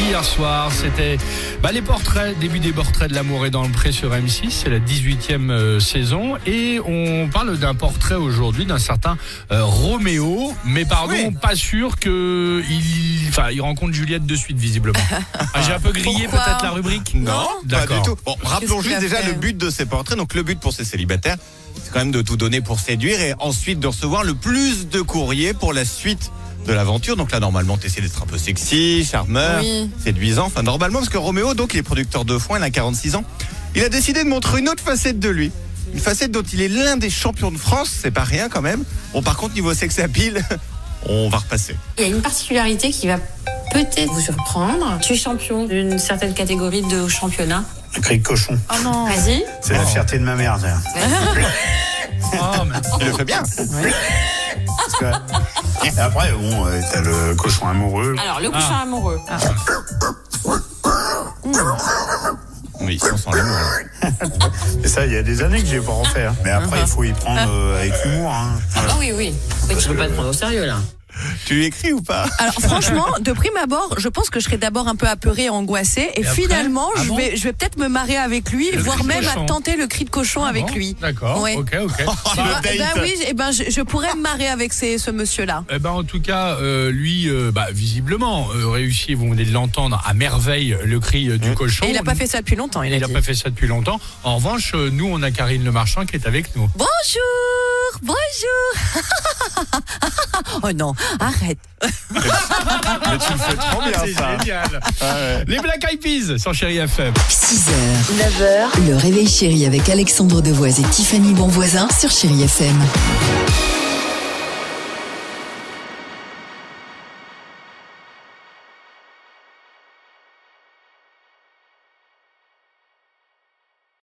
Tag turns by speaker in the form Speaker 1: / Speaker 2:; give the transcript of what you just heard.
Speaker 1: Hier soir, c'était bah, les portraits, début des portraits de l'amour et dans le pré sur M6, c'est la 18e euh, saison. Et on parle d'un portrait aujourd'hui d'un certain euh, Roméo, mais pardon, pas sûr que il, enfin, il rencontre Juliette de suite, visiblement. Ah, J'ai un peu grillé
Speaker 2: Pourquoi
Speaker 1: peut-être la rubrique
Speaker 3: Non, pas du
Speaker 1: D'accord.
Speaker 3: tout. Bon, rappelons
Speaker 2: Qu'est-ce qu'il
Speaker 3: juste
Speaker 2: a
Speaker 3: déjà
Speaker 2: fait hein
Speaker 3: le but de ces portraits. Donc le but pour ces célibataires, c'est quand même de tout donner pour séduire et ensuite de recevoir le plus de courriers pour la suite de l'aventure. Donc là, normalement, t'essaies d'être un peu sexy, charmeur,
Speaker 2: Oui.
Speaker 3: séduisant. Enfin, normalement, parce que Roméo, donc, il est producteur de foin, il a 46 ans. Il a décidé de montrer une autre facette de lui. Une facette dont il est l'un des champions de France, c'est pas rien quand même. Bon, par contre, niveau sex appeal, on va repasser.
Speaker 4: Il y a une particularité qui va peut-être vous surprendre. Tu es champion d'une certaine catégorie de championnat.
Speaker 5: Cri de cochon.
Speaker 4: Oh non Vas-y.
Speaker 5: C'est la fierté de ma mère, d'ailleurs.
Speaker 1: Oh, mais-
Speaker 3: Il le fait bien.
Speaker 5: Parce que- Et Après, bon, euh, t'as le cochon amoureux.
Speaker 4: Alors, le couchant amoureux.
Speaker 3: Oui, on sent l'amour.
Speaker 5: Et ça, il y a des années que j'ai pas refait. hein. Mais après, il faut y prendre euh, avec humour. hein.
Speaker 4: Ah oui, oui. Mais tu peux pas te prendre au sérieux, là.
Speaker 3: Tu lui écris ou pas
Speaker 2: Alors franchement, de prime abord, je pense que je serais d'abord un peu apeurée, angoissée, et,
Speaker 1: Et après
Speaker 2: finalement,
Speaker 1: Ah
Speaker 2: je
Speaker 1: bon
Speaker 2: vais, je vais peut-être me marrer avec lui,
Speaker 1: Le
Speaker 2: voire
Speaker 1: cri de
Speaker 2: même
Speaker 1: cochon. Ah
Speaker 2: à tenter le cri de cochon avec
Speaker 1: Bon,
Speaker 2: lui.
Speaker 1: D'accord,
Speaker 2: Ouais.
Speaker 1: ok, ok.
Speaker 3: Le
Speaker 2: Bah,
Speaker 3: date.
Speaker 2: bah oui, j- eh ben, je, je pourrais me marrer avec ces- ce monsieur-là.
Speaker 1: Eh ben en tout cas, euh, lui, euh, bah, visiblement, euh, réussi, vous venez de l'entendre à merveille, le cri euh, du cochon.
Speaker 2: Mmh. Et il n'a pas fait ça depuis longtemps, il a
Speaker 1: Il n'a
Speaker 2: dit.
Speaker 1: pas fait ça depuis longtemps. En revanche, euh, nous, on a Karine Le Marchand qui est avec nous.
Speaker 2: Bonjour, bonjour. oh non, arrête.
Speaker 3: Mais tu le fais trop bien, ça.
Speaker 1: génial.
Speaker 3: Ah ouais.
Speaker 1: Les Black Eyed Peas sur Chéri FM.
Speaker 6: 6h, 9h, le réveil chéri avec Alexandre Devoise et Tiffany Bonvoisin sur Chéri FM.